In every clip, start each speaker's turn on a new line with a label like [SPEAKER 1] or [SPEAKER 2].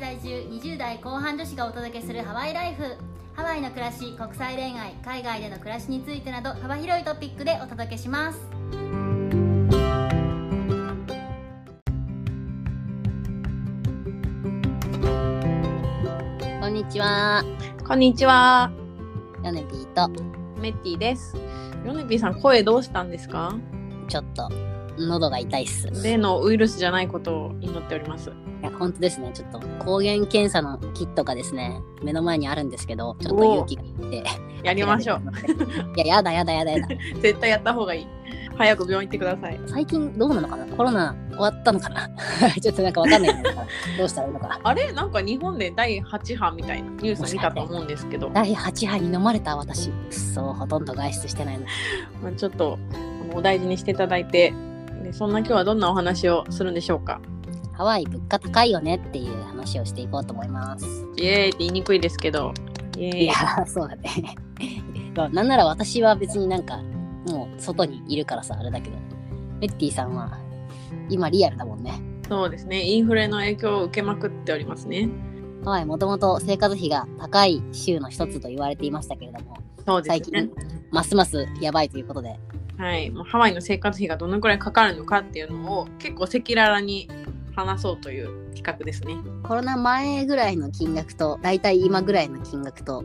[SPEAKER 1] 20代後半女子がお届けするハワイライフハワイの暮らし国際恋愛海外での暮らしについてなど幅広いトピックでお届けしますこんにちは
[SPEAKER 2] こんにちは、
[SPEAKER 1] ヨネピーと
[SPEAKER 2] メッティです。ヨネピーさん、声どうしたんですか
[SPEAKER 1] ちょっと喉が痛いっす
[SPEAKER 2] 例のウイルスじゃないことを祈っております。
[SPEAKER 1] いや本当ですねちょっと抗原検査のキットがですね目の前にあるんですけどちょっと勇気がいって
[SPEAKER 2] やりましょう。
[SPEAKER 1] いややだやだやだやだ
[SPEAKER 2] 絶対やった方がいい。早く病院行ってください。
[SPEAKER 1] 最近どうなのかなコロナ終わったのかな ちょっとなんかわかんないけどどうしたらいいのかな
[SPEAKER 2] あれなんか日本で第8波みたいなニュース見たと思うんですけど、ま
[SPEAKER 1] 第8波に飲まれた私くっそほとんど外出してないの
[SPEAKER 2] あちょっとあのお大事にしていただいて、でそんな今日はどんなお話をするんでしょうか
[SPEAKER 1] ハワイ物価高いよねっていう話をしていこうと思います
[SPEAKER 2] イエーイって言いにくいですけど、イエーイ。
[SPEAKER 1] いやそうだね まあなんなら私は別になんかもう外にいるからさあれだけどメッティさんは今リアルだもんね
[SPEAKER 2] そうですね、インフレの影響を受けまくっておりますね。
[SPEAKER 1] ハワイもともと生活費が高い州の一つと言われていましたけれども、
[SPEAKER 2] そうで
[SPEAKER 1] 最
[SPEAKER 2] すね
[SPEAKER 1] 近。、ますますやばいということで、
[SPEAKER 2] はい、もうハワイの生活費がどのくらいかかるのかっていうのを結構赤裸々に話そうという企画ですね。
[SPEAKER 1] コロナ前ぐらいの金額と、だいたい今ぐらいの金額と、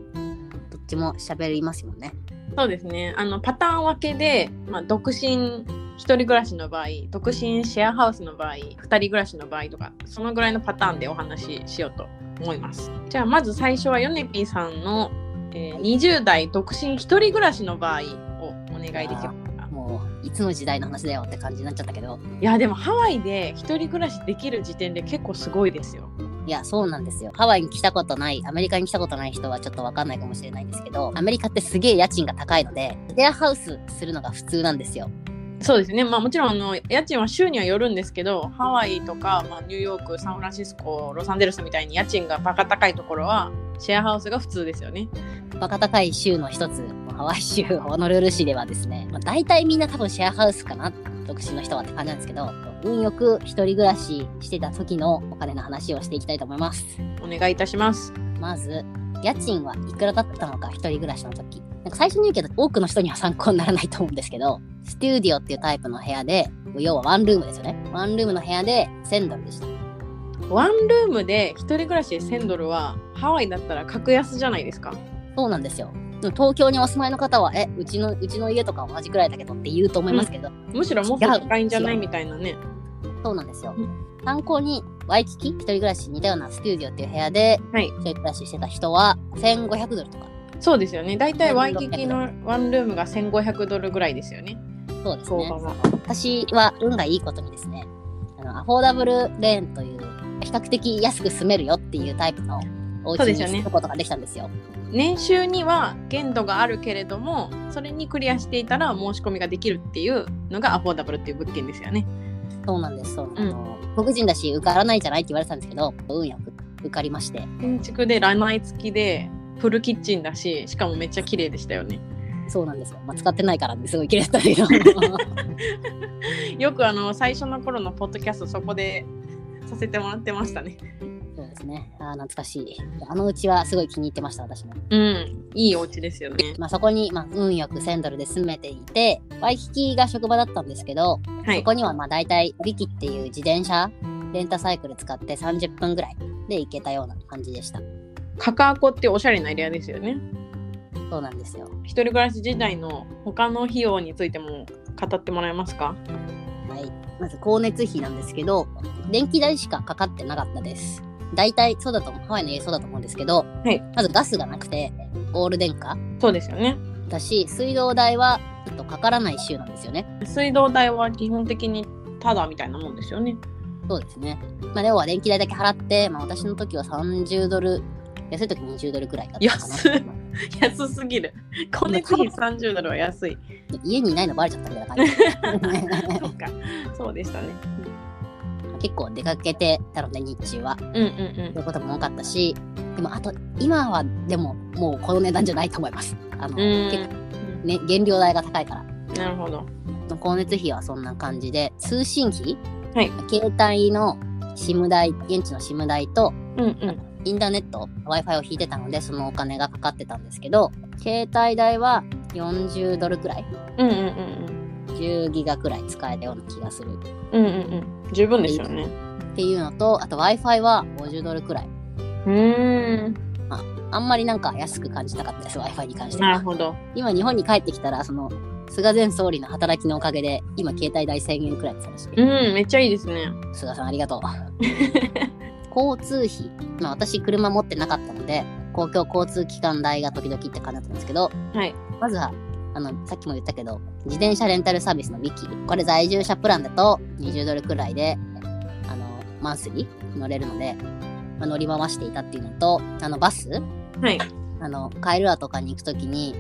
[SPEAKER 1] どっちも喋りますもんね。
[SPEAKER 2] そうですね。あのパターン分けで、まあ、独身一人暮らしの場合、独身シェアハウスの場合、二人暮らしの場合とか、そのぐらいのパターンでお話ししようと思います。じゃあまず最初はヨネピーさんの、えー20代独身一人暮らしの場合をお願いできますか。
[SPEAKER 1] もう、いつの時代の話だよって感じになっちゃったけど、
[SPEAKER 2] いやでもハワイで一人暮らしできる時点で結構すごいですよ。
[SPEAKER 1] いや、そうなんですよ。ハワイに来たことない、アメリカに来たことない人はちょっとわかんないかもしれないんですけど、アメリカってすげえ家賃が高いので、シェアハウスするのが普通なんですよ。
[SPEAKER 2] そうですね、まあ、もちろんあの家賃は州にはよるんですけどハワイとか、まあ、ニューヨークサンフランシスコロサンゼルスみたいに家賃がバカ高いところはシェアハウスが普通ですよね。
[SPEAKER 1] バカ高い州の一つ、ハワイ州ホノルル市ではですね、まあ、大体みんな多分シェアハウスかな、独身の人はって感じなんですけど、運よく一人暮らししてた時のお金の話をしていきたいと思います。
[SPEAKER 2] お願いいたします。
[SPEAKER 1] まず、家賃はいくらだったのか、一人暮らしの時。なんか最初に言うけど、多くの人には参考にならないと思うんですけど、ステューディオっていうタイプの部屋で、要はワンルームですよね。ワンルームの部屋で1000ドルでした。
[SPEAKER 2] ワンルームで一人暮らしで1000ドルはハワイだったら格安じゃないですか。
[SPEAKER 1] そうなんですよ。でも東京にお住まいの方は、え、うちの、うちの家とか同じくらいだけどって言うと思いますけど、
[SPEAKER 2] むしろもっと高いんじゃないみたいなね。
[SPEAKER 1] そうなんですよ
[SPEAKER 2] う。
[SPEAKER 1] 参考に、ワイキキ、一人暮らしに似たようなステューディオっていう部屋で、
[SPEAKER 2] はい
[SPEAKER 1] 一人暮らししてた人は、1500ドルとか、
[SPEAKER 2] そうですよね。だいたいワイキキのワンルームが1500ドルぐらいですよね。
[SPEAKER 1] そうです
[SPEAKER 2] 相
[SPEAKER 1] ね
[SPEAKER 2] 場。は。
[SPEAKER 1] 私は運がいいことにですね、あの、アフォーダブルレーンという、比較的安く住めるよっていうタイプのお
[SPEAKER 2] そう
[SPEAKER 1] 家
[SPEAKER 2] で
[SPEAKER 1] に
[SPEAKER 2] すよね
[SPEAKER 1] 住むことができたんですよ。
[SPEAKER 2] 年収には限度があるけれどもそれにクリアしていたら申し込みができるっていうのがアフォーダブルっていう物件ですよね。
[SPEAKER 1] そうなんです、そうなんです。
[SPEAKER 2] うん
[SPEAKER 1] あの黒人だし、受からないんじゃないって言われてたんですけど、運よく受かりまして、
[SPEAKER 2] 建築でラナイ付きでフルキッチンだししかもめっちゃ綺麗でしたよね。
[SPEAKER 1] そうなんですよ。まあ、使ってないからすごい綺麗だったけど。
[SPEAKER 2] よくあの最初の頃のポッドキャストそこでさせてもらってましたね。
[SPEAKER 1] そうですね。あー懐かしい。あのうちはすごい気に入ってました、私も。
[SPEAKER 2] うんいいお家ですよね。
[SPEAKER 1] まあ、そこに、まあ、運よく1000ドルで住めていて、ワイキキが職場だったんですけど、
[SPEAKER 2] は
[SPEAKER 1] そ
[SPEAKER 2] い
[SPEAKER 1] こにはまあ大体、ビキっていう自転車、レンタサイクル使って30分ぐらいで行けたような感じでした。
[SPEAKER 2] カカアコっておしゃれなエリアですよね。
[SPEAKER 1] そうなんですよ。
[SPEAKER 2] 一人暮らし時代の他の費用についても語ってもらえますか
[SPEAKER 1] はい。まず、光熱費なんですけど、電気代しかかかってなかったです。大体、そうだと思う。ハワイの家そうだと思うんですけど、
[SPEAKER 2] い
[SPEAKER 1] まずガスがなくて、オール電化
[SPEAKER 2] そうですよね。
[SPEAKER 1] だし、水道代はちょっとかからない州なんですよね。
[SPEAKER 2] 水道代は基本的にタダみたいなもんですよね。
[SPEAKER 1] そうですね。まあ、要は電気代だけ払って、まあ、私の時は30ドル、安い時20ドルくらいだったかな。
[SPEAKER 2] 安っ安すぎる。光熱費30ドルは安い。
[SPEAKER 1] 家にいないのバレちゃったみたいな感じ。
[SPEAKER 2] そうか、そうでしたね。
[SPEAKER 1] 結構出かけてたので、日中は。
[SPEAKER 2] うんうん
[SPEAKER 1] ということも多かったし、でも、あと、今は、でも、もうこの値段じゃないと思います。あの、
[SPEAKER 2] うん。う
[SPEAKER 1] 結構
[SPEAKER 2] ん、
[SPEAKER 1] ね、原料代が高いから。
[SPEAKER 2] なるほど。
[SPEAKER 1] 光熱費はそんな感じで、通信費、
[SPEAKER 2] はい
[SPEAKER 1] 携帯の SIM 代、現地の SIM 代と、
[SPEAKER 2] うんうん。
[SPEAKER 1] インターネット、Wi-Fi を引いてたので、そのお金がかかってたんですけど、携帯代は40ドルくらい
[SPEAKER 2] うんうんうん。
[SPEAKER 1] 10ギガくらい使えたような気がするっ
[SPEAKER 2] うんうんうん。十分ですよね。
[SPEAKER 1] ていうのと、あと Wi-Fi は50ドルくらい。
[SPEAKER 2] うーん。
[SPEAKER 1] あんまりなんか安く感じなかったです、Wi-Fi に関して
[SPEAKER 2] なる
[SPEAKER 1] は。
[SPEAKER 2] ほど。
[SPEAKER 1] 今日本に帰ってきたら、その、菅前総理の働きのおかげで、今携帯代1000円くらいですらしい
[SPEAKER 2] うん、めっちゃいいですね。
[SPEAKER 1] 菅さんありがとう。 交通費。まあ私車持ってなかったので、公共交通機関代が時々って感じだったんですけど、
[SPEAKER 2] はい。
[SPEAKER 1] まずは、あの、さっきも言ったけど、自転車レンタルサービスのミキ。これ在住者プランだと20ドルくらいで、あの、マンスリー乗れるので、まあ、乗り回していたっていうのと、あの、バス
[SPEAKER 2] はい。
[SPEAKER 1] あの、カエルアとかに行くときに、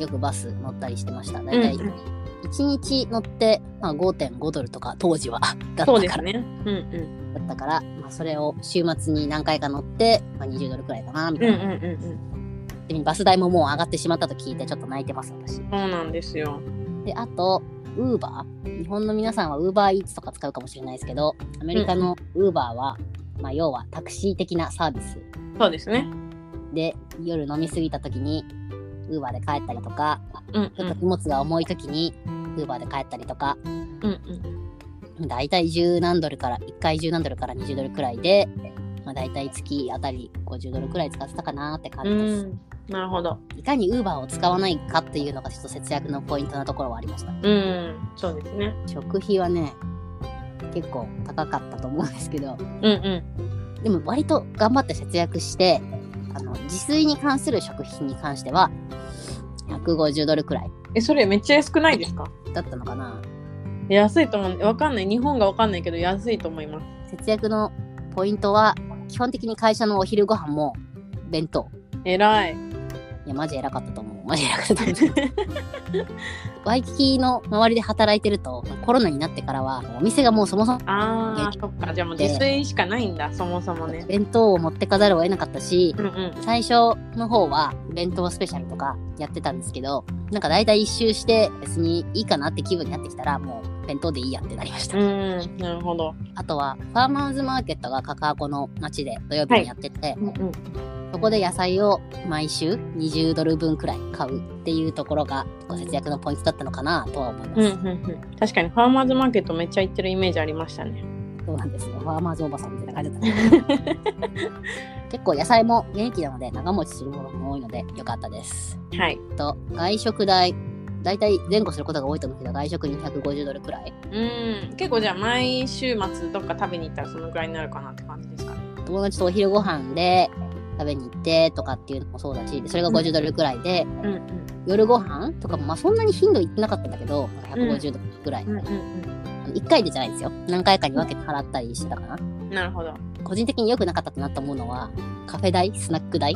[SPEAKER 1] よくバス乗ったりしてました。だいたい、
[SPEAKER 2] うん
[SPEAKER 1] 1日乗って、まあ、5.5ドルとか、当時 は、だったか
[SPEAKER 2] そう
[SPEAKER 1] ら
[SPEAKER 2] ですね。うんうん。
[SPEAKER 1] だったから、まあ、それを週末に何回か乗って、まあ、20ドルくらいかな、み
[SPEAKER 2] う
[SPEAKER 1] た
[SPEAKER 2] んう
[SPEAKER 1] い
[SPEAKER 2] ん
[SPEAKER 1] な。
[SPEAKER 2] うんうん。
[SPEAKER 1] でバス代ももう上がってしまったと聞いて、ちょっと泣いてます、私。
[SPEAKER 2] そうなんですよ。
[SPEAKER 1] で、あと、ウーバー日本の皆さんはウーバーイーツとか使うかもしれないですけど、アメリカのウーバーは、まあ、要はタクシー的なサービス
[SPEAKER 2] そうですね。
[SPEAKER 1] で、夜飲み過ぎた時に、ウーバーで帰ったりとか、
[SPEAKER 2] うん
[SPEAKER 1] ち
[SPEAKER 2] う
[SPEAKER 1] ょっと
[SPEAKER 2] ん
[SPEAKER 1] 荷物が重い時に、ウーバーで帰ったりとか、
[SPEAKER 2] うんうん。
[SPEAKER 1] だいたい10何ドルから、1回10何ドルから20ドルくらいで、まあ、だいたい月あたり50ドルくらい使ってたかなって感
[SPEAKER 2] う
[SPEAKER 1] じです。
[SPEAKER 2] ん。なるほど。
[SPEAKER 1] いかに Uber を使わないかっていうのがちょっと節約のポイントなところはありました。
[SPEAKER 2] うん。そうですね。
[SPEAKER 1] 食費はね、結構高かったと思うんですけど、
[SPEAKER 2] うんうん。
[SPEAKER 1] でも割と頑張って節約して、あの、自炊に関する食費に関しては、150ドルくらい
[SPEAKER 2] え、それめっちゃ安くないですか
[SPEAKER 1] だったのかな。
[SPEAKER 2] 安いと思う。わかんない。日本がわかんないけど安いと思います。
[SPEAKER 1] 節約のポイントは、基本的に会社のお昼ご飯も弁当。
[SPEAKER 2] えらい。
[SPEAKER 1] いや、マジ偉かったと思う。マジ偉かったと思う。ワイキキの周りで働いてると、コロナになってからは、お店がもうそもそも
[SPEAKER 2] あー、そっか。じゃあもう自炊しかないんだ、そもそもね。
[SPEAKER 1] 弁当を持ってかざるを得なかったし、
[SPEAKER 2] うんうん。
[SPEAKER 1] 最初の方は弁当スペシャルとかやってたんですけど、なんか大体一周して別にいいかなって気分になってきたら、もう弁当でいいやってなりました。
[SPEAKER 2] うん、なるほど。
[SPEAKER 1] あとは、ファーマーズマーケットがカカアコの街で土曜日にやってて、
[SPEAKER 2] うんうん。
[SPEAKER 1] そこで野菜を毎週20ドル分くらい買うっていうところがご節約のポイントだったのかなとは思いま
[SPEAKER 2] うんう
[SPEAKER 1] す。
[SPEAKER 2] んうん、確かにファーマーズマーケットめっちゃ行ってるイメージありましたね。
[SPEAKER 1] そうなんですよ。ファーマーズおばさんみたいな感じだったね。 結構野菜も元気なので長持ちするものも多いので良かったです。
[SPEAKER 2] はい。
[SPEAKER 1] と、外食代。だいたい前後することが多いと思うけど、外食250ドルくらい。
[SPEAKER 2] うん、結構じゃあ毎週末どっか食べに行ったらそのぐらいになるかなって感じですかね。
[SPEAKER 1] 友達とお昼ご飯で食べに行ってとかっていうのもそうだし、それが50ドルくらいで、
[SPEAKER 2] うん
[SPEAKER 1] 夜ご飯とかもまあそんなに頻度いってなかったんだけど、150ドルくらい。
[SPEAKER 2] うんうん
[SPEAKER 1] 1回でじゃないですよ。何回かに分けて払ったりしてたかな。
[SPEAKER 2] うん。なるほど。あ
[SPEAKER 1] 個人的に良くなかったってなと思うのは、カフェ代、スナック代。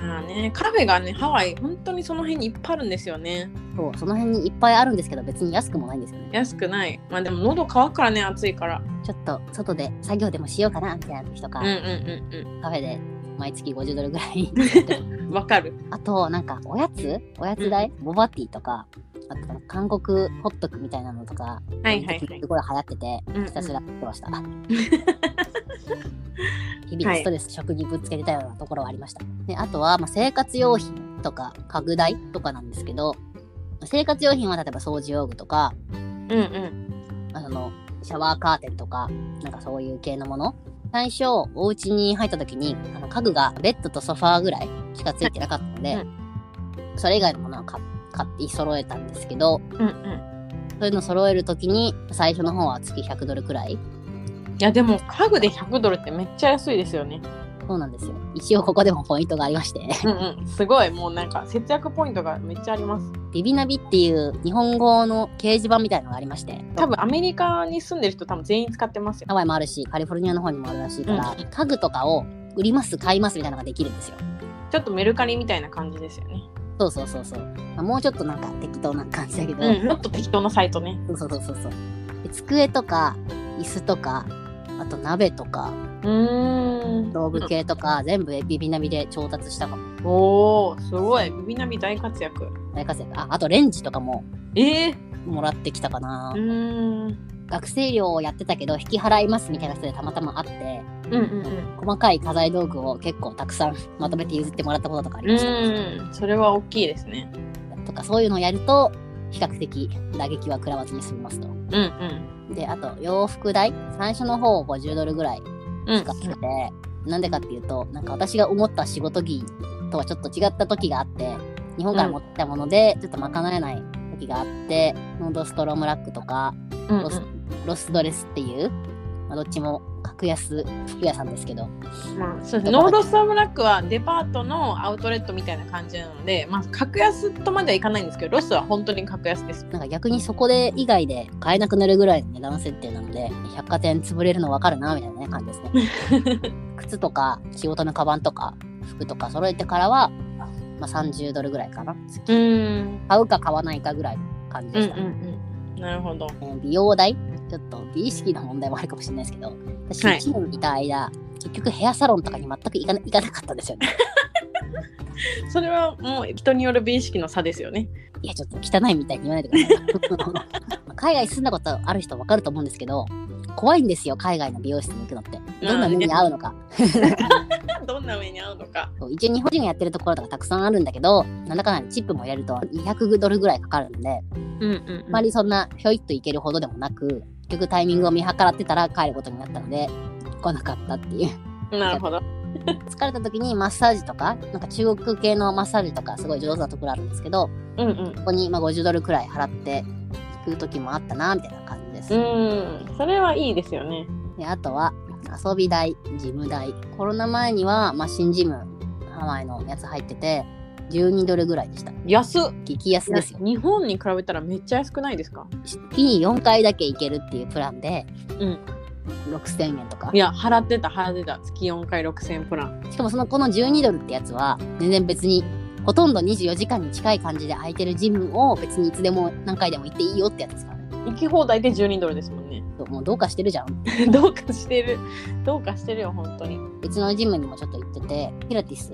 [SPEAKER 2] あね、カフェがね、ハワイ、本当にその辺にいっぱいあるんですよね。
[SPEAKER 1] そう、その辺にいっぱいあるんですけど、別に安くもないんですよね。
[SPEAKER 2] 安くない。まあでも喉乾くからね、暑いから。
[SPEAKER 1] ちょっと外で作業でもしようかなみたいな人か、
[SPEAKER 2] うんうんうん
[SPEAKER 1] カフェで毎月50ドルぐらい。
[SPEAKER 2] うん。わかる。
[SPEAKER 1] あと、なんか、おやつおやつ代、ボバティーとか、あと、韓国ホットクみたいなのとか、
[SPEAKER 2] はいはいはい
[SPEAKER 1] す。ごい流行ってて、
[SPEAKER 2] うんうん
[SPEAKER 1] ひたすら苦労 した。日々のストレス、食にぶつけてたようなところはありました。で、あとは、まあ、生活用品とか、家具代とかなんですけど、生活用品は例えば掃除用具とか、
[SPEAKER 2] うんうん。
[SPEAKER 1] あの、シャワーカーテンとか、なんかそういう系のもの。最初、お家に入った時に、あの、家具がベッドとソファーぐらいしかついてなかったので、
[SPEAKER 2] う
[SPEAKER 1] それ以外のものは買買って揃えたんですけど、
[SPEAKER 2] うんうん。
[SPEAKER 1] そういうの揃える時に、最初の方は月100ドルくらい。
[SPEAKER 2] いやでも家具で100ドルってめっちゃ安いですよね。
[SPEAKER 1] そうなんですよ。一応ここでもポイントがありまして、
[SPEAKER 2] うんうん。すごい、もうなんか節約ポイントがめっちゃあります。
[SPEAKER 1] ビビナビっていう日本語の掲示板みたいのがありまして、
[SPEAKER 2] 多分アメリカに住んでる人多分全員使ってますよ。
[SPEAKER 1] ハワイもあるし、カリフォルニアの方にもあるらしいから、家具とかを売ります、買いますみたいなのができるんですよ。
[SPEAKER 2] ちょっとメルカリみたいな感じですよね。
[SPEAKER 1] そうそうそうそう。まあもうちょっとなんか適当な感じだけど、
[SPEAKER 2] うん、もっと適当なサイトね。
[SPEAKER 1] そうそうそうそうそう。で机とか、椅子とか、あと鍋とか、
[SPEAKER 2] うーん。
[SPEAKER 1] 道具系とか、全部ビビナビで調達したかも。
[SPEAKER 2] おお、すごい。ビビナビ大活躍。
[SPEAKER 1] 大活躍。あ、あとレンジとかも、
[SPEAKER 2] ええ
[SPEAKER 1] もらってきたかな
[SPEAKER 2] う。んうん
[SPEAKER 1] 学生寮をやってたけど、引き払いますみたいな人でたまたまあって、
[SPEAKER 2] うんうん
[SPEAKER 1] 細かい家財道具を結構たくさんまとめて譲ってもらったこととかあり
[SPEAKER 2] う
[SPEAKER 1] ました。
[SPEAKER 2] んそれは大きいですね
[SPEAKER 1] とか、そういうのをやると、比較的打撃は食らわずに済みますと。
[SPEAKER 2] うんうん
[SPEAKER 1] で、あと、洋服代最初の方50ドルぐらい
[SPEAKER 2] うん
[SPEAKER 1] 使ってて、なんでかっていうと、なんか私が思った仕事着とはちょっと違った時があって、日本から持ってきたもので、ちょっと賄えない時があって、ノードストロームラックとか、
[SPEAKER 2] うん
[SPEAKER 1] ロスロスドレスっていう、まあ、どっちも格安服屋さんですけど、
[SPEAKER 2] まあ、そうですノードスタブラックはデパートのアウトレットみたいな感じなので、まあ、格安とまではいかないんですけどロスは本当に格安です
[SPEAKER 1] なんか逆にそこで以外で買えなくなるぐらいの値段設定なので、百貨店潰れるの分かるな、みたいなね感じですね。 靴とか、仕事のカバンとか、服とか揃えてからは、まあ、30ドルぐらいかな。
[SPEAKER 2] うん
[SPEAKER 1] 買うか買わないかぐらいの感じ
[SPEAKER 2] うんう
[SPEAKER 1] でし
[SPEAKER 2] ん
[SPEAKER 1] た。
[SPEAKER 2] うんなるほど
[SPEAKER 1] えー美容代ちょっと美意識の問題もあるかもしれないですけど、私
[SPEAKER 2] はい
[SPEAKER 1] 1年いた間、結局ヘアサロンとかに全く行かな行かなかったんですよ ね。
[SPEAKER 2] それはもう人による美意識の差ですよね
[SPEAKER 1] いや、ちょっと汚いみたいに言わないでください。海外住んだことある人わかると思うんですけど、怖いんですよ、海外の美容室に行くのって。どんな目に遭うのか。
[SPEAKER 2] どんな目に遭うのか
[SPEAKER 1] そう一応日本人がやってるところとかたくさんあるんだけど、なんだかんだチップも入れると200ドルぐらいかかるんで、
[SPEAKER 2] うんうん
[SPEAKER 1] あまりそんなひょいっといけるほどでもなく、結局タイミングを見計らってたら帰ることになったので、来なかったっていう。
[SPEAKER 2] なるほど
[SPEAKER 1] 疲れた時にマッサージとか、なんか中国系のマッサージとかすごい上手なところあるんですけど、
[SPEAKER 2] うんうん
[SPEAKER 1] ここにまあ50ドルくらい払って行く時もあったな、みたいな感じです。
[SPEAKER 2] うんそれはいいですよね
[SPEAKER 1] で、あとは遊び代、ジム代。コロナ前には、まあ、新ジム、ハワイのやつ入ってて、12ドルぐらいでした。
[SPEAKER 2] 安っ
[SPEAKER 1] 激安ですよ。
[SPEAKER 2] 日本に比べたらめっちゃ安くないですか
[SPEAKER 1] 月に4回だけ行けるっていうプランで、
[SPEAKER 2] うん
[SPEAKER 1] 6000円とか
[SPEAKER 2] い。や払ってた払ってた月4回6000プラン
[SPEAKER 1] しかもそのこの12ドルってやつは全然別にほとんど24時間に近い感じで空いてるジムを別にいつでも何回でも行っていいよってやつですからね。
[SPEAKER 2] 行き放題で12ドルですもんね
[SPEAKER 1] もうどうかしてるじゃん。
[SPEAKER 2] どうかしてるどうかしてるよ本当に
[SPEAKER 1] 別のジムにもちょっと行ってて、ピラティス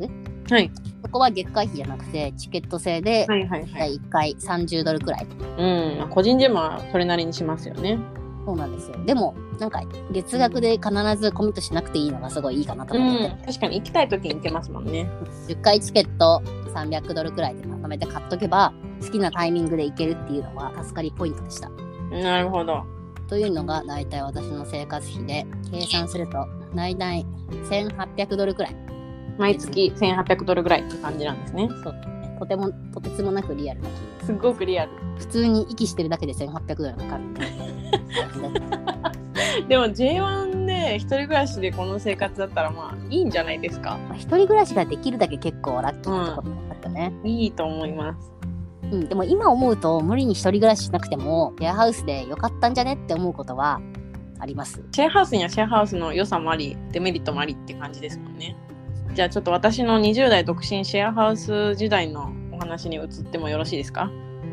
[SPEAKER 2] はい
[SPEAKER 1] そこは月会費じゃなくてチケット制で、
[SPEAKER 2] はいはい
[SPEAKER 1] 一
[SPEAKER 2] は
[SPEAKER 1] 回
[SPEAKER 2] い。
[SPEAKER 1] 1回30ドルくらい。
[SPEAKER 2] うん、まあ個人ジムはそれなりにしますよね。
[SPEAKER 1] そうなんですよ。でも、なんか月額で必ずコミットしなくていいのがすごいいいかなと
[SPEAKER 2] う
[SPEAKER 1] 思って
[SPEAKER 2] ん、確かに行きたい時に行けますもんね。
[SPEAKER 1] 10回チケット300ドルくらいでまとめて買っとけば、好きなタイミングで行けるっていうのは助かりポイントでした。
[SPEAKER 2] なるほど。
[SPEAKER 1] というのが大体私の生活費で計算すると大体1800ドルくらい
[SPEAKER 2] 毎月1800ドルぐらいって感じなんですね。
[SPEAKER 1] とてもとてつもなくリアルな金
[SPEAKER 2] すっごくリアル。
[SPEAKER 1] 額普通に息してるだけで1800ドルかかる
[SPEAKER 2] でも J1 で一人暮らしでこの生活だったらまあいいんじゃないですか。
[SPEAKER 1] まあ一人暮らしができるだけ結構ラッキーなところだったね、
[SPEAKER 2] いいと思います。
[SPEAKER 1] うんでも今思うと無理に一人暮らししなくてもエアハウスでよかったんじゃねって思うことはあります
[SPEAKER 2] シェアハウスにはシェアハウスの良さもあり、デメリットもありって感じですもんね。じゃあちょっと私の20代独身シェアハウス時代のお話に移ってもよろしいですか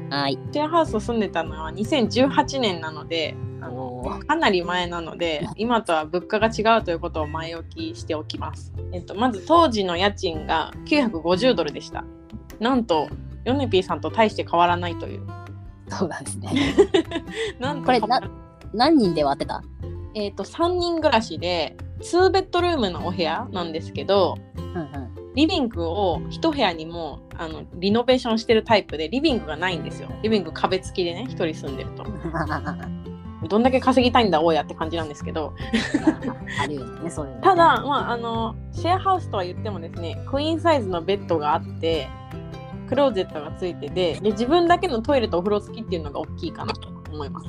[SPEAKER 1] はい
[SPEAKER 2] シェアハウスを住んでたのは2018年なのであの
[SPEAKER 1] おー
[SPEAKER 2] かなり前なので今とは物価が違うということを前置きしておきます、えっと、まず当時の家賃が950ドルでしたなんとヨネピーさんと大して変わらないという
[SPEAKER 1] そうなんですね
[SPEAKER 2] なんと
[SPEAKER 1] これな何人で割ってた
[SPEAKER 2] えっと、3人暮らしで2ベッドルームのお部屋なんですけど
[SPEAKER 1] うん うん
[SPEAKER 2] リビングを一部屋にもあのリノベーションしてるタイプでリビングがないんですよリビング壁付きでね一人住んでるとどんだけ稼ぎたいんだ大家って感じなんですけど
[SPEAKER 1] あるよねそういうの
[SPEAKER 2] ただ、まあ、あのシェアハウスとは言ってもですねクイーンサイズのベッドがあってクローゼットがついててで自分だけのトイレとお風呂付きっていうのが大きいかなと思います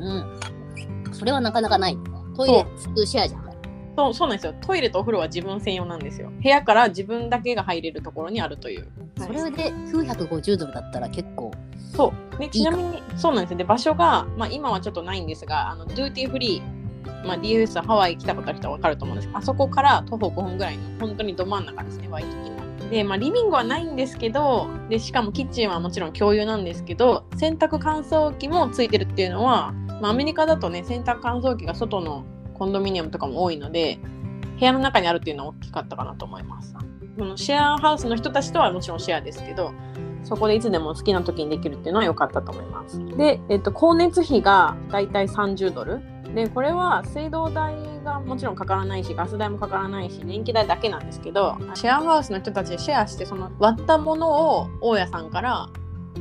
[SPEAKER 1] うん。それはなかなかない。トイレ普通シェアじゃん。
[SPEAKER 2] そうそうなんですよトイレとお風呂は自分専用なんですよ部屋から自分だけが入れるところにあるという
[SPEAKER 1] それで950ドルだったら結構。
[SPEAKER 2] そうでちなみにそうなんですよで場所が、まあ、今はちょっとないんですがあのドゥーティーフリー、まあ、DFS ハワイ来たことある人は分かると思うんですけどあそこから徒歩5分ぐらいの本当にど真ん中ですねワイキキの。で、まあ、リビングはないんですけどでしかもキッチンはもちろん共有なんですけど洗濯乾燥機もついてるっていうのは、まあ、アメリカだとね洗濯乾燥機が外のコンドミニアムとかも多いので部屋の中にあるっていうのは大きかったかなと思います。そのシェアハウスの人たちとはもちろんシェアですけどそこでいつでも好きな時にできるっていうのは良かったと思います。で、えっと、光熱費がだいたい30ドル。で、これは水道代がもちろんかからないし、ガス代もかからないし、電気代だけなんですけど、シェアハウスの人たちでシェアして、その割ったものを大家さんから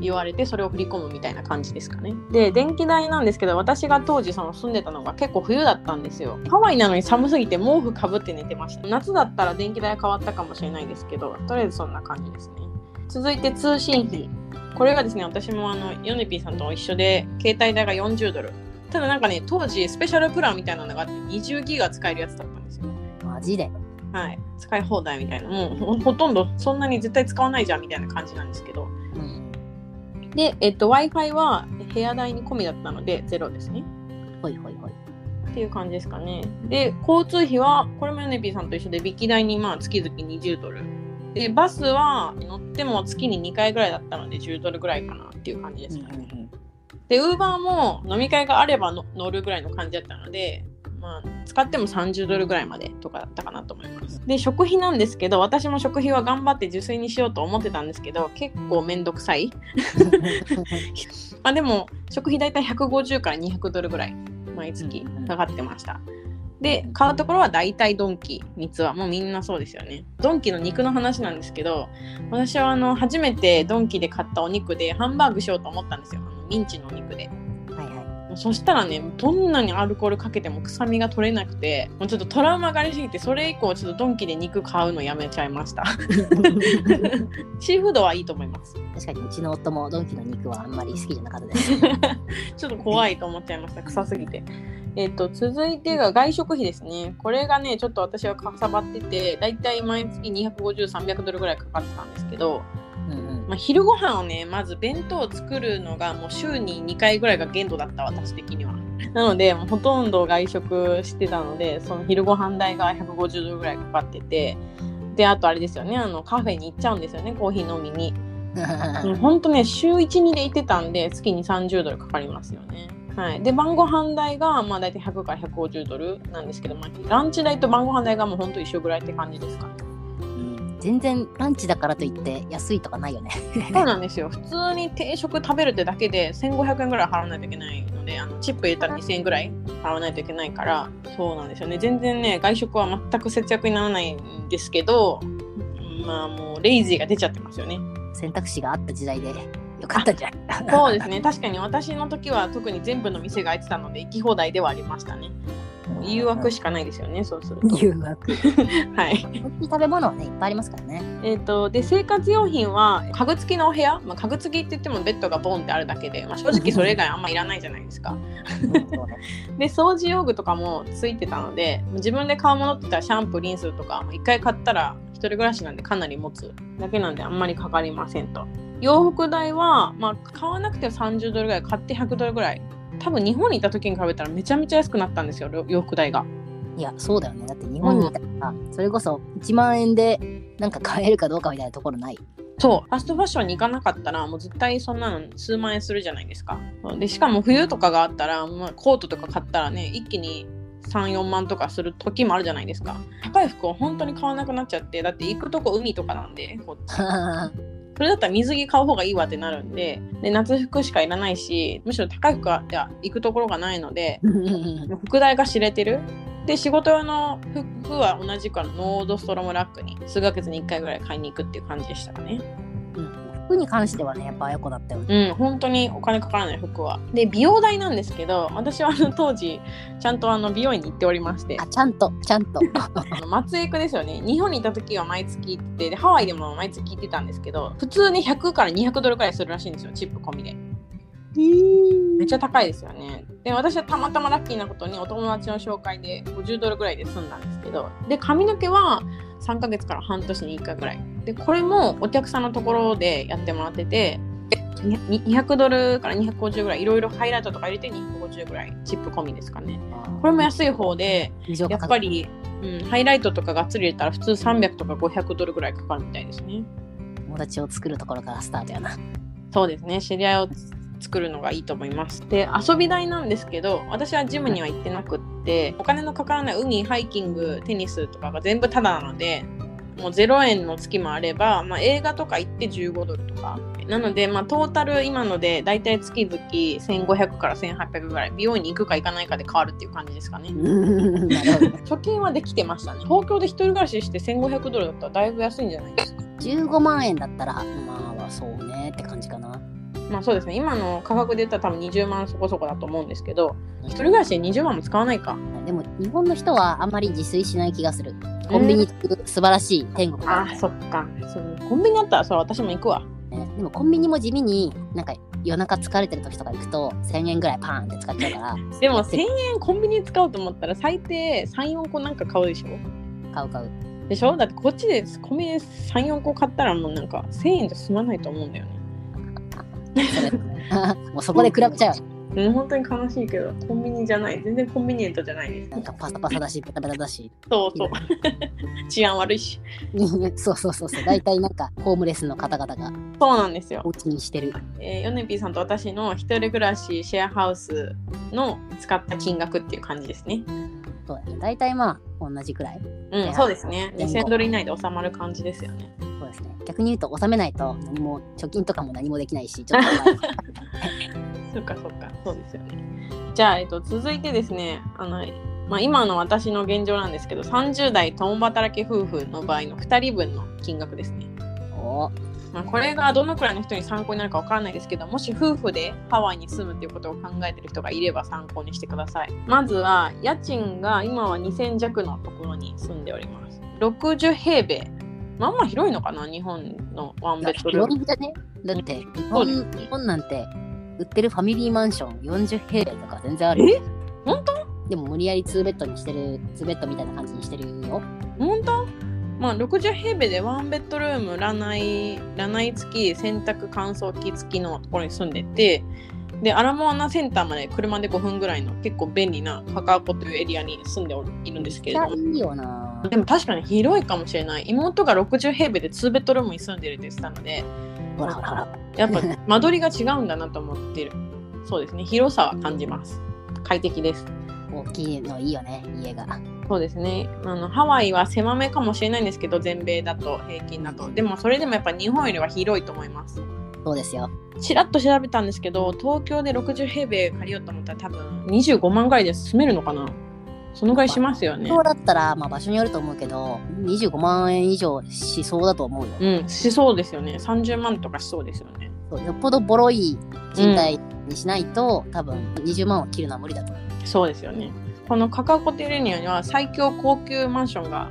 [SPEAKER 2] 言われてそれを振り込むみたいな感じですかね。で電気代なんですけど私が当時その住んでたのが結構冬だったんですよ。ハワイなのに寒すぎて毛布かぶって寝てました。夏だったら電気代変わったかもしれないですけどとりあえずそんな感じですね。続いて通信費。これがですね私もあのヨネピーさんと一緒で携帯代が40ドル。ただなんかね当時スペシャルプランみたいなのがあって20ギガ使えるやつだったんですよ。
[SPEAKER 1] マジで。
[SPEAKER 2] はい、使い放題みたいなもうほほとんどそんなに絶対使わないじゃんみたいな感じなんですけど
[SPEAKER 1] うん。
[SPEAKER 2] で、えっと、Wi-Fi は部屋代に込みだったので、ゼロですね。
[SPEAKER 1] ほいほいほい。
[SPEAKER 2] っていう感じですかね。で、交通費は、これもヨネピーさんと一緒で、ビキ代にまあ月々20ドル。で、バスは乗っても月に2回ぐらいだったので、10ドルぐらいかなっていう感じですかね。で、ウーバーも飲み会があればの乗るぐらいの感じだったので、まあ、使っても30ドルぐらいまでとかだったかなと思います。で、食費なんですけど、私も食費は頑張って自炊にしようと思ってたんですけど、結構めんどくさい。まあでも食費大体150から200ドルぐらい毎月
[SPEAKER 1] うんうん
[SPEAKER 2] かかってました。で買うところは大体ドンキ三つはもうみんなそうですよねドンキの肉の話なんですけど私はあの初めてドンキで買ったお肉でハンバーグしようと思ったんですよあのミンチのお肉で
[SPEAKER 1] はいは
[SPEAKER 2] そしたらねどんなにアルコールかけても臭みが取れなくてもうちょっとトラウマがありすぎてそれ以降ちょっとドンキで肉買うのやめちゃいました
[SPEAKER 1] い。
[SPEAKER 2] シーフードはいいと思います
[SPEAKER 1] 確かにうちの夫もドンキの肉はあんまり好きじゃなかったです。
[SPEAKER 2] ちょっと怖いと思っちゃいました、臭すぎて。えっと、続いてが外食費ですね。これがね、ちょっと私はかさばってて、だいたい毎月250、300ドルぐらいかかってたんですけど、
[SPEAKER 1] うんうん。
[SPEAKER 2] まあ、昼ご飯をね、まず弁当を作るのがもう週に2回ぐらいが限度だった、私的には。なので、もうほとんど外食してたので、その昼ご飯代が150ドルぐらいかかってて、で、あとあれですよね、あのカフェに行っちゃうんですよね、コーヒー飲みに。もうほんとね、週1、2で行ってたんで、月に30ドルかかりますよね。はい、で、晩ご飯代が、まあ、大体100から150ドルなんですけど、まあ、ランチ代と晩ご飯代がもうほんと一緒ぐらいって感じですかね。
[SPEAKER 1] うん全然ランチだからといって安いとかないよね。
[SPEAKER 2] そうなんですよ。普通に定食食べるってだけで1500円ぐらい払わないといけないので、あのチップ入れたら2000円ぐらい払わないといけないから、そうなんですよね。全然ね、外食は全く節約にならないんですけど、まあもうレイジーが出ちゃってますよね。
[SPEAKER 1] 選択肢があった時代でよかったんじゃない
[SPEAKER 2] そうです ね確かに私の時は特に全部の店が開いてたので行き放題ではありましたね誘惑しかないですよねそうする と
[SPEAKER 1] 誘惑。
[SPEAKER 2] はい
[SPEAKER 1] 美味しい食べ物はね、いっぱいありますから ね。
[SPEAKER 2] えっ、とで生活用品は家具付きのお部屋、まあ、家具付きって言ってもベッドがボンってあるだけで、まあ、正直それ以外あんまいらないじゃないですか
[SPEAKER 1] うんそうね
[SPEAKER 2] で掃除用具とかもついてたので自分で買うものって言ったらシャンプーリンスとか1回買ったら一人暮らしなんでかなり持つだけなんであんまりかかりませんと洋服代は、まあ、買わなくても30ドルぐらい買って100ドルぐらい多分日本にいた時に比べたらめちゃめちゃ安くなったんですよ洋洋服代が
[SPEAKER 1] いや、そうだよね。だって日本にいたら、それこそ1万円でなんか買えるかどうかみたいなところない。
[SPEAKER 2] そうファストファッションに行かなかったらもう絶対そんなの数万円するじゃないですかでしかも冬とかがあったら、まあ、コートとか買ったらね一気に34万とかする時もあるじゃないですか高い服を本当に買わなくなっちゃってだって行くとこ海とかなんでこうそれだったら水着買う方がいいわってなるんでで夏服しかいらないしむしろ高い服がいや行くところがないのでもう副題が知れてるで仕事用の服は同じからノードストロムラックに数ヶ月に1回ぐらい買いに行くっていう感じでしたかね
[SPEAKER 1] うん服に関してはね、やっぱあやこだったよね。
[SPEAKER 2] うん、本当にお金かからない服は。で、美容代なんですけど、私はあの当時、ちゃんとあの美容院に行っておりまして
[SPEAKER 1] あ、、ちゃんと、ちゃん と。
[SPEAKER 2] あの松江区ですよね。日本にいた時は毎月行って、で、ハワイでも毎月行ってたんですけど、普通に100から200ドルくらいするらしいんですよ、チップ込みで。めっちゃ高いですよね。で、私はたまたまラッキーなことにお友達の紹介で50ドルぐらいで済んだんですけど、で、髪の毛は3ヶ月から半年に1回ぐらい。で、これもお客さんのところでやってもらってて、に200ドルから250ぐらい、いろいろハイライトとか入れて250ぐらい、チップ込みですかね。これも安い方で、
[SPEAKER 1] 異常
[SPEAKER 2] や
[SPEAKER 1] 価格
[SPEAKER 2] っぱり、うん、ハイライトとかがっつり入れたら普通300とか500ドルぐらいかかるみたいですね。
[SPEAKER 1] 友達を作るところからスタートや な。
[SPEAKER 2] そうですね知り合いを作るのがいいと思いますで遊び代なんですけど私はジムには行ってなくってお金のかからない海ハイキングテニスとかが全部タダなのでもう0円の月もあれば、まあ、映画とか行って15ドルとかなので、まあ、トータル今のでだいたい月々1500から1800ぐらい美容院に行くか行かないかで変わるっていう感じですかね
[SPEAKER 1] うんなるほど
[SPEAKER 2] 貯金はできてましたね東京で一人暮らしして1500ドルだったらだいぶ安いんじゃないですか
[SPEAKER 1] 15万円だったらまあそうねって感じかな
[SPEAKER 2] まあそうですね今の価格で言ったら多分20万そこそこだと思うんですけど一人暮らしで20万も使わないか
[SPEAKER 1] でも日本の人はあんまり自炊しない気がするコンビニっていう素晴らしい天国だ
[SPEAKER 2] あーそっかそうコンビニあったらそれ私も行くわ
[SPEAKER 1] ねでもコンビニも地味になんか夜中疲れてる時とか行くと1000円ぐらいパーンって使っちゃうから
[SPEAKER 2] でも1000円コンビニ使おうと思ったら最低34個なんか買うでしょ
[SPEAKER 1] 買う買う
[SPEAKER 2] でしょだってこっちでコンビニ34個買ったらもうなんか1000円じゃ済まないと思うんだよね
[SPEAKER 1] それもうそこで比べちゃうよね
[SPEAKER 2] うん本当に悲しいけどコンビニじゃない全然コンビニエントじゃないです
[SPEAKER 1] なんかパサパサだしベタベタだし
[SPEAKER 2] そうそう 治安悪いし
[SPEAKER 1] そうそうそうそう大体なんかホームレスの方々が
[SPEAKER 2] そうなんですよ
[SPEAKER 1] お家にしてる
[SPEAKER 2] えー、ヨネピーさんと私の一人暮らしシェアハウスの使った金額っていう感じですね。
[SPEAKER 1] そうだね大体まあ同じくらい
[SPEAKER 2] う
[SPEAKER 1] ね
[SPEAKER 2] ん、そうですね。
[SPEAKER 1] 前後
[SPEAKER 2] 2000ドル以内で収まる感じですよね。
[SPEAKER 1] そうですね逆に言うと納めないと何も貯金とかも何もできないしちょっとまあ
[SPEAKER 2] そっかそっか、そうですよね。じゃあ、えっと、続いてですね、あの、まあ、今の私の現状なんですけど、30代共働き夫婦の場合の2人分の金額ですね。
[SPEAKER 1] おー
[SPEAKER 2] まあ、これがどのくらいの人に参考になるかわからないですけどもし夫婦でハワイに住むっていうことを考えてる人がいれば参考にしてくださいまずは家賃が今は2000弱のところに住んでおります60平米まあまあ広いのかな日本のワンベッドルー
[SPEAKER 1] 広
[SPEAKER 2] ム
[SPEAKER 1] いんじゃねだって日
[SPEAKER 2] そう
[SPEAKER 1] 本
[SPEAKER 2] です
[SPEAKER 1] 日本なんて売ってるファミリーマンション40平米とか全然あるよ
[SPEAKER 2] 本当
[SPEAKER 1] でも無理やり2ベッドにしてる2ベッドみたいな感じにしてるよ
[SPEAKER 2] 本当まあ60平米でワンベッドルームらないらない付き洗濯乾燥機付きのところに住んでてでアラモアナセンターまで車で5分ぐらいの結構便利なカカアコというエリアに住んでおるいるんですけ
[SPEAKER 1] めっ
[SPEAKER 2] れ
[SPEAKER 1] ち
[SPEAKER 2] ど
[SPEAKER 1] ゃ
[SPEAKER 2] も
[SPEAKER 1] いいよな
[SPEAKER 2] でも確かに広いかもしれない妹が60平米で2ベッドルームに住んでるって言ってたので
[SPEAKER 1] ほらほらほら
[SPEAKER 2] やっぱ間取りが違うんだなと思ってるそうですね広さは感じます快適です
[SPEAKER 1] 大きいのいいよね家が
[SPEAKER 2] そうですねあのハワイは狭めかもしれないんですけど全米だと平均だとでもそれでもやっぱ日本よりは広いと思います
[SPEAKER 1] そうですよ
[SPEAKER 2] ちらっと調べたんですけど東京で60平米借りようと思ったら多分25万ぐらいで住めるのかなそのぐらいしますよね
[SPEAKER 1] そうだったらまあ場所によると思うけど25万円以上しそうだと思うよ
[SPEAKER 2] うんしそうですよね30万とかしそうですよね
[SPEAKER 1] そうよっぽどボロい賃貸にしないと、多分20万を切るのは無理だと思う
[SPEAKER 2] そうですよね。このカカコテレニアには最強高級マンションが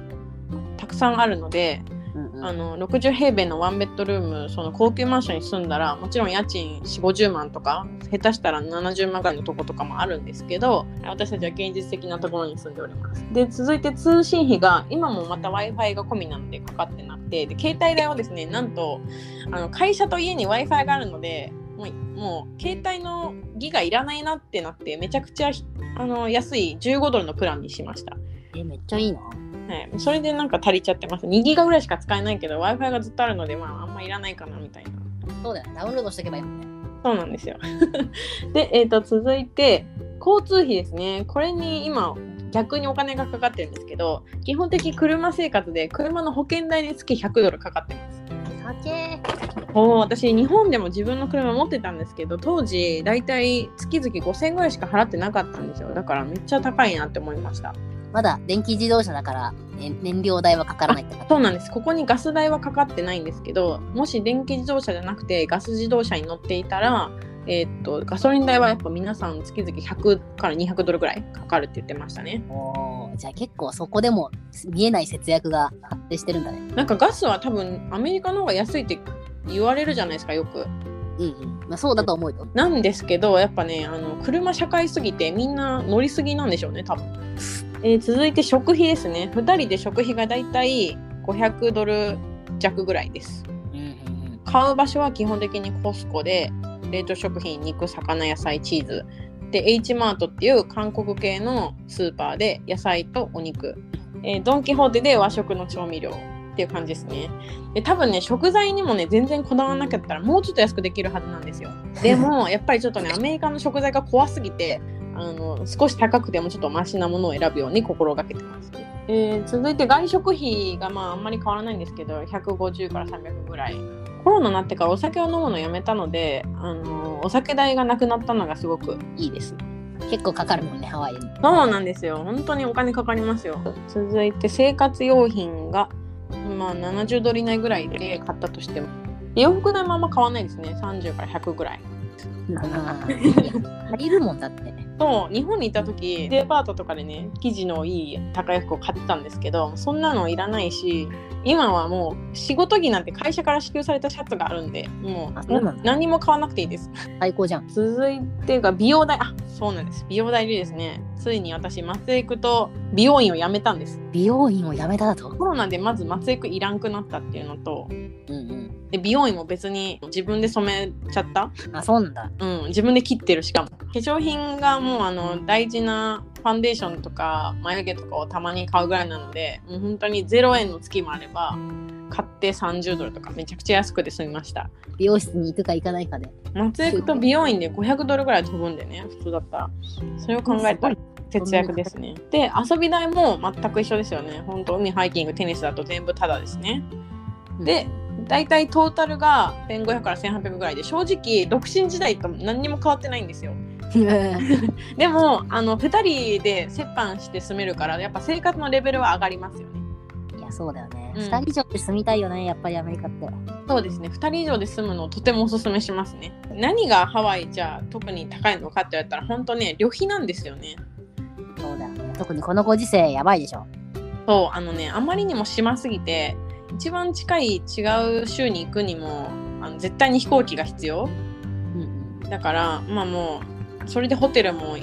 [SPEAKER 2] たくさんあるので、
[SPEAKER 1] うんうん
[SPEAKER 2] あの60平米のワンベッドルームその高級マンションに住んだらもちろん家賃4 5 0万とか下手したら70万ぐらいのとことかもあるんですけど私たちは現実的なところに住んでおりますで続いて通信費が今もまた w i f i が込みなのでかかってなくてで携帯代はですねなんとあの会社と家に w i f i があるのでもうもう携帯のギガいらないなってなってめちゃくちゃひあの安い15ドルのプランにしました
[SPEAKER 1] えめっちゃいいな
[SPEAKER 2] はい、それでなんか足りちゃってます。2ギガぐらいしか使えないけど、w i f i がずっとあるので、まあ、あんまいらないかなみたいな。
[SPEAKER 1] そうだよねダウンロードしとけばいいもんね
[SPEAKER 2] そうなんですよ。 で、えー、と続いて、交通費ですね。これに今、逆にお金がかかってるんですけど、基本的に車生活で、車の保険代に月100ドルかかってます。
[SPEAKER 1] かけ
[SPEAKER 2] おー私、日本でも自分の車持ってたんですけど、当時、だいたい月々5000ぐらいしか払ってなかったんですよ。だから、めっちゃ高いなって思いました。
[SPEAKER 1] まだ電気自動車だから、ね燃料代はかからないって感じ
[SPEAKER 2] そうなんですここにガス代はかかってないんですけどもし電気自動車じゃなくてガス自動車に乗っていたら、えーっとガソリン代はやっぱ皆さん月々100から200ドルぐらいかかるって言ってましたね
[SPEAKER 1] おーじゃあ結構そこでも見えない節約が発生してるんだね
[SPEAKER 2] なんかガスは多分アメリカの方が安いって言われるじゃないですかよく
[SPEAKER 1] うんうん、まあ、そうだと思うよ
[SPEAKER 2] なんですけどやっぱねあの車社会すぎてみんな乗りすぎなんでしょうね多分、えー続いて食費ですね2人で食費がだいたい500ドル弱ぐらいです
[SPEAKER 1] うんうん
[SPEAKER 2] 買う場所は基本的にコスコで冷凍食品肉魚野菜チーズで H マートっていう韓国系のスーパーで野菜とお肉、えードン・キホーテで和食の調味料っていう感じですねで多分ね食材にもね全然こだわらなか ったらもうちょっと安くできるはずなんですよでもやっぱりちょっとねアメリカの食材が怖すぎてああの少し高くてもちょっとマシなものを選ぶように心がけてます、えー続いて外食費がまああんまり変わらないんですけど150から300ぐらいコロナになってからお酒を飲むのやめたのであのお酒代がなくなったのがすごくいいです
[SPEAKER 1] 結構かかるもんね、ハワイに。
[SPEAKER 2] そうなんですよ本当にお金かかりますよ続いて生活用品がまあ70ドル以内ぐらいで買ったとしても洋服代もあんま買わないですね30から100ぐらい
[SPEAKER 1] ああ、いや 借りるもんだって。
[SPEAKER 2] そう日本にいた時デパートとかでね生地のいい高い服を買ってたんですけどそんなのいらないし今はもう仕事着なんて会社から支給されたシャツがあるんでも
[SPEAKER 1] あ
[SPEAKER 2] う
[SPEAKER 1] そうなんだ
[SPEAKER 2] 何も買わなくていいです
[SPEAKER 1] 最高じゃん。
[SPEAKER 2] 続いてが美容代あそうなんです美容代でですねついに私松江区と美容院を辞めたんです
[SPEAKER 1] 美容院を辞めただと。
[SPEAKER 2] コロナでまず松江区いらんくなったっていうのと
[SPEAKER 1] うんうん。
[SPEAKER 2] で美容院も別に自分で染めちゃった
[SPEAKER 1] あ、そうなんだ。
[SPEAKER 2] うん、自分で切ってるしかも化粧品がもうあの大事なファンデーションとか眉毛とかをたまに買うぐらいなのでもう本当に0円の月もあれば買って30ドルとかめちゃくちゃ安くて済みました
[SPEAKER 1] 美容室に行くか行かないかで。
[SPEAKER 2] 松江区と美容院で500ドルぐらい飛ぶんでね普通だったらそれを考えたら節約ですねで遊び代も全く一緒ですよね本当海ハイキングテニスだと全部タダですね で大体トータルが1500から1800ぐらいで正直独身時代と何にも変わってないんですよ
[SPEAKER 1] うん、
[SPEAKER 2] でもあの2人で折半して住めるからやっぱ生活のレベルは上がりますよね
[SPEAKER 1] いや、そうだよね。
[SPEAKER 2] うん
[SPEAKER 1] 二、人以上って住みたいよね、やっぱりアメリカって。
[SPEAKER 2] そうですね2人以上で住むのをとてもおすすめしますね何がハワイじゃ特に高いのかって言われたら本当ね旅費なんですよね
[SPEAKER 1] そうだよね。特にこのご時世、やばいでしょ。
[SPEAKER 2] そうあのねあまりにも島すぎて一番近い違う州に行くにもあの絶対に飛行機が必
[SPEAKER 1] う
[SPEAKER 2] 要
[SPEAKER 1] んうん。
[SPEAKER 2] だからまあもうそれでホテルも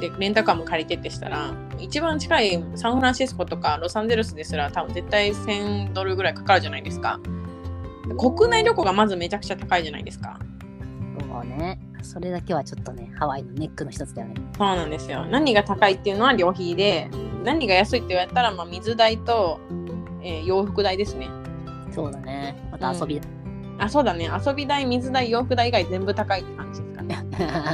[SPEAKER 2] でレンタカーも借りてってしたら一番近いサンフランシスコとかロサンゼルスですら多分絶対1000ドルぐらいかかるじゃないですか国内旅行がまずめちゃくちゃ高いじゃないですか
[SPEAKER 1] そうね。それだけはちょっとね、ハワイのネックの一つだよね。
[SPEAKER 2] そうなんですよ何が高いっていうのは旅費で何が安いって言われたら、まあ、水代と、えー洋服代ですね
[SPEAKER 1] そうだね。また遊びだ。
[SPEAKER 2] あそうだね遊び代水代洋服代以外全部高いって感じですかね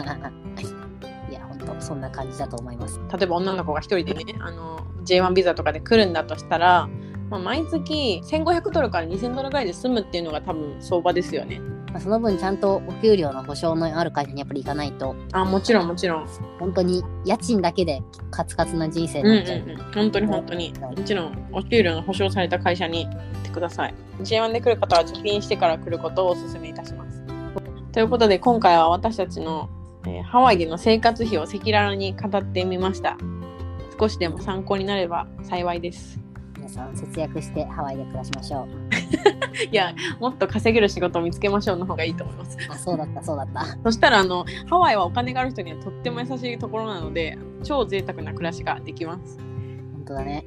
[SPEAKER 1] いや、ほんと、そんな感じだと思います。
[SPEAKER 2] 例えば女の子が一人でねあの J1 ビザとかで来るんだとしたら、まあ、毎月1500ドルから2000ドルぐらいで済むっていうのが多分相場ですよね
[SPEAKER 1] まあ、その分、ちゃんとお給料の保証のある会社にやっぱり行かないと、
[SPEAKER 2] あもちろんもちろん
[SPEAKER 1] 本当に家賃だけでカツカツな人生
[SPEAKER 2] うん
[SPEAKER 1] に
[SPEAKER 2] う
[SPEAKER 1] なっ
[SPEAKER 2] ん
[SPEAKER 1] ちゃう。
[SPEAKER 2] うん本当に本当にもちろんお給料の保証された会社に行ってください J1 で来る方は受験してから来ることをお勧めいたしますということで今回は私たちの、えーハワイでの生活費を赤裸々に語ってみました少しでも参考になれば幸いです
[SPEAKER 1] 皆さん、節約してハワイで暮らしましょう。
[SPEAKER 2] いやもっと稼げる仕事を見つけましょうの方がいいと思います
[SPEAKER 1] あ、そうだった、そうだった。
[SPEAKER 2] そしたらあのハワイはお金がある人にはとっても優しいところなので超贅沢な暮らしができます
[SPEAKER 1] 本当だね。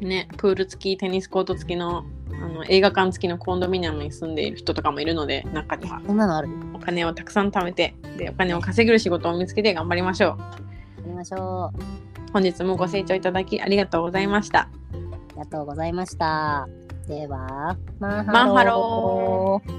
[SPEAKER 2] ねプール付きテニスコート付きのあの映画館付きのコンドミニアムに住んでいる人とかもいるので中には
[SPEAKER 1] こんなのある。
[SPEAKER 2] お金をたくさん貯めてでお金を稼げる仕事を見つけて頑張りましょう
[SPEAKER 1] やりましょう。
[SPEAKER 2] 本日もご清聴いただきありがとうございました
[SPEAKER 1] ありがとうございました。では、マン
[SPEAKER 2] マンハロ
[SPEAKER 1] ー。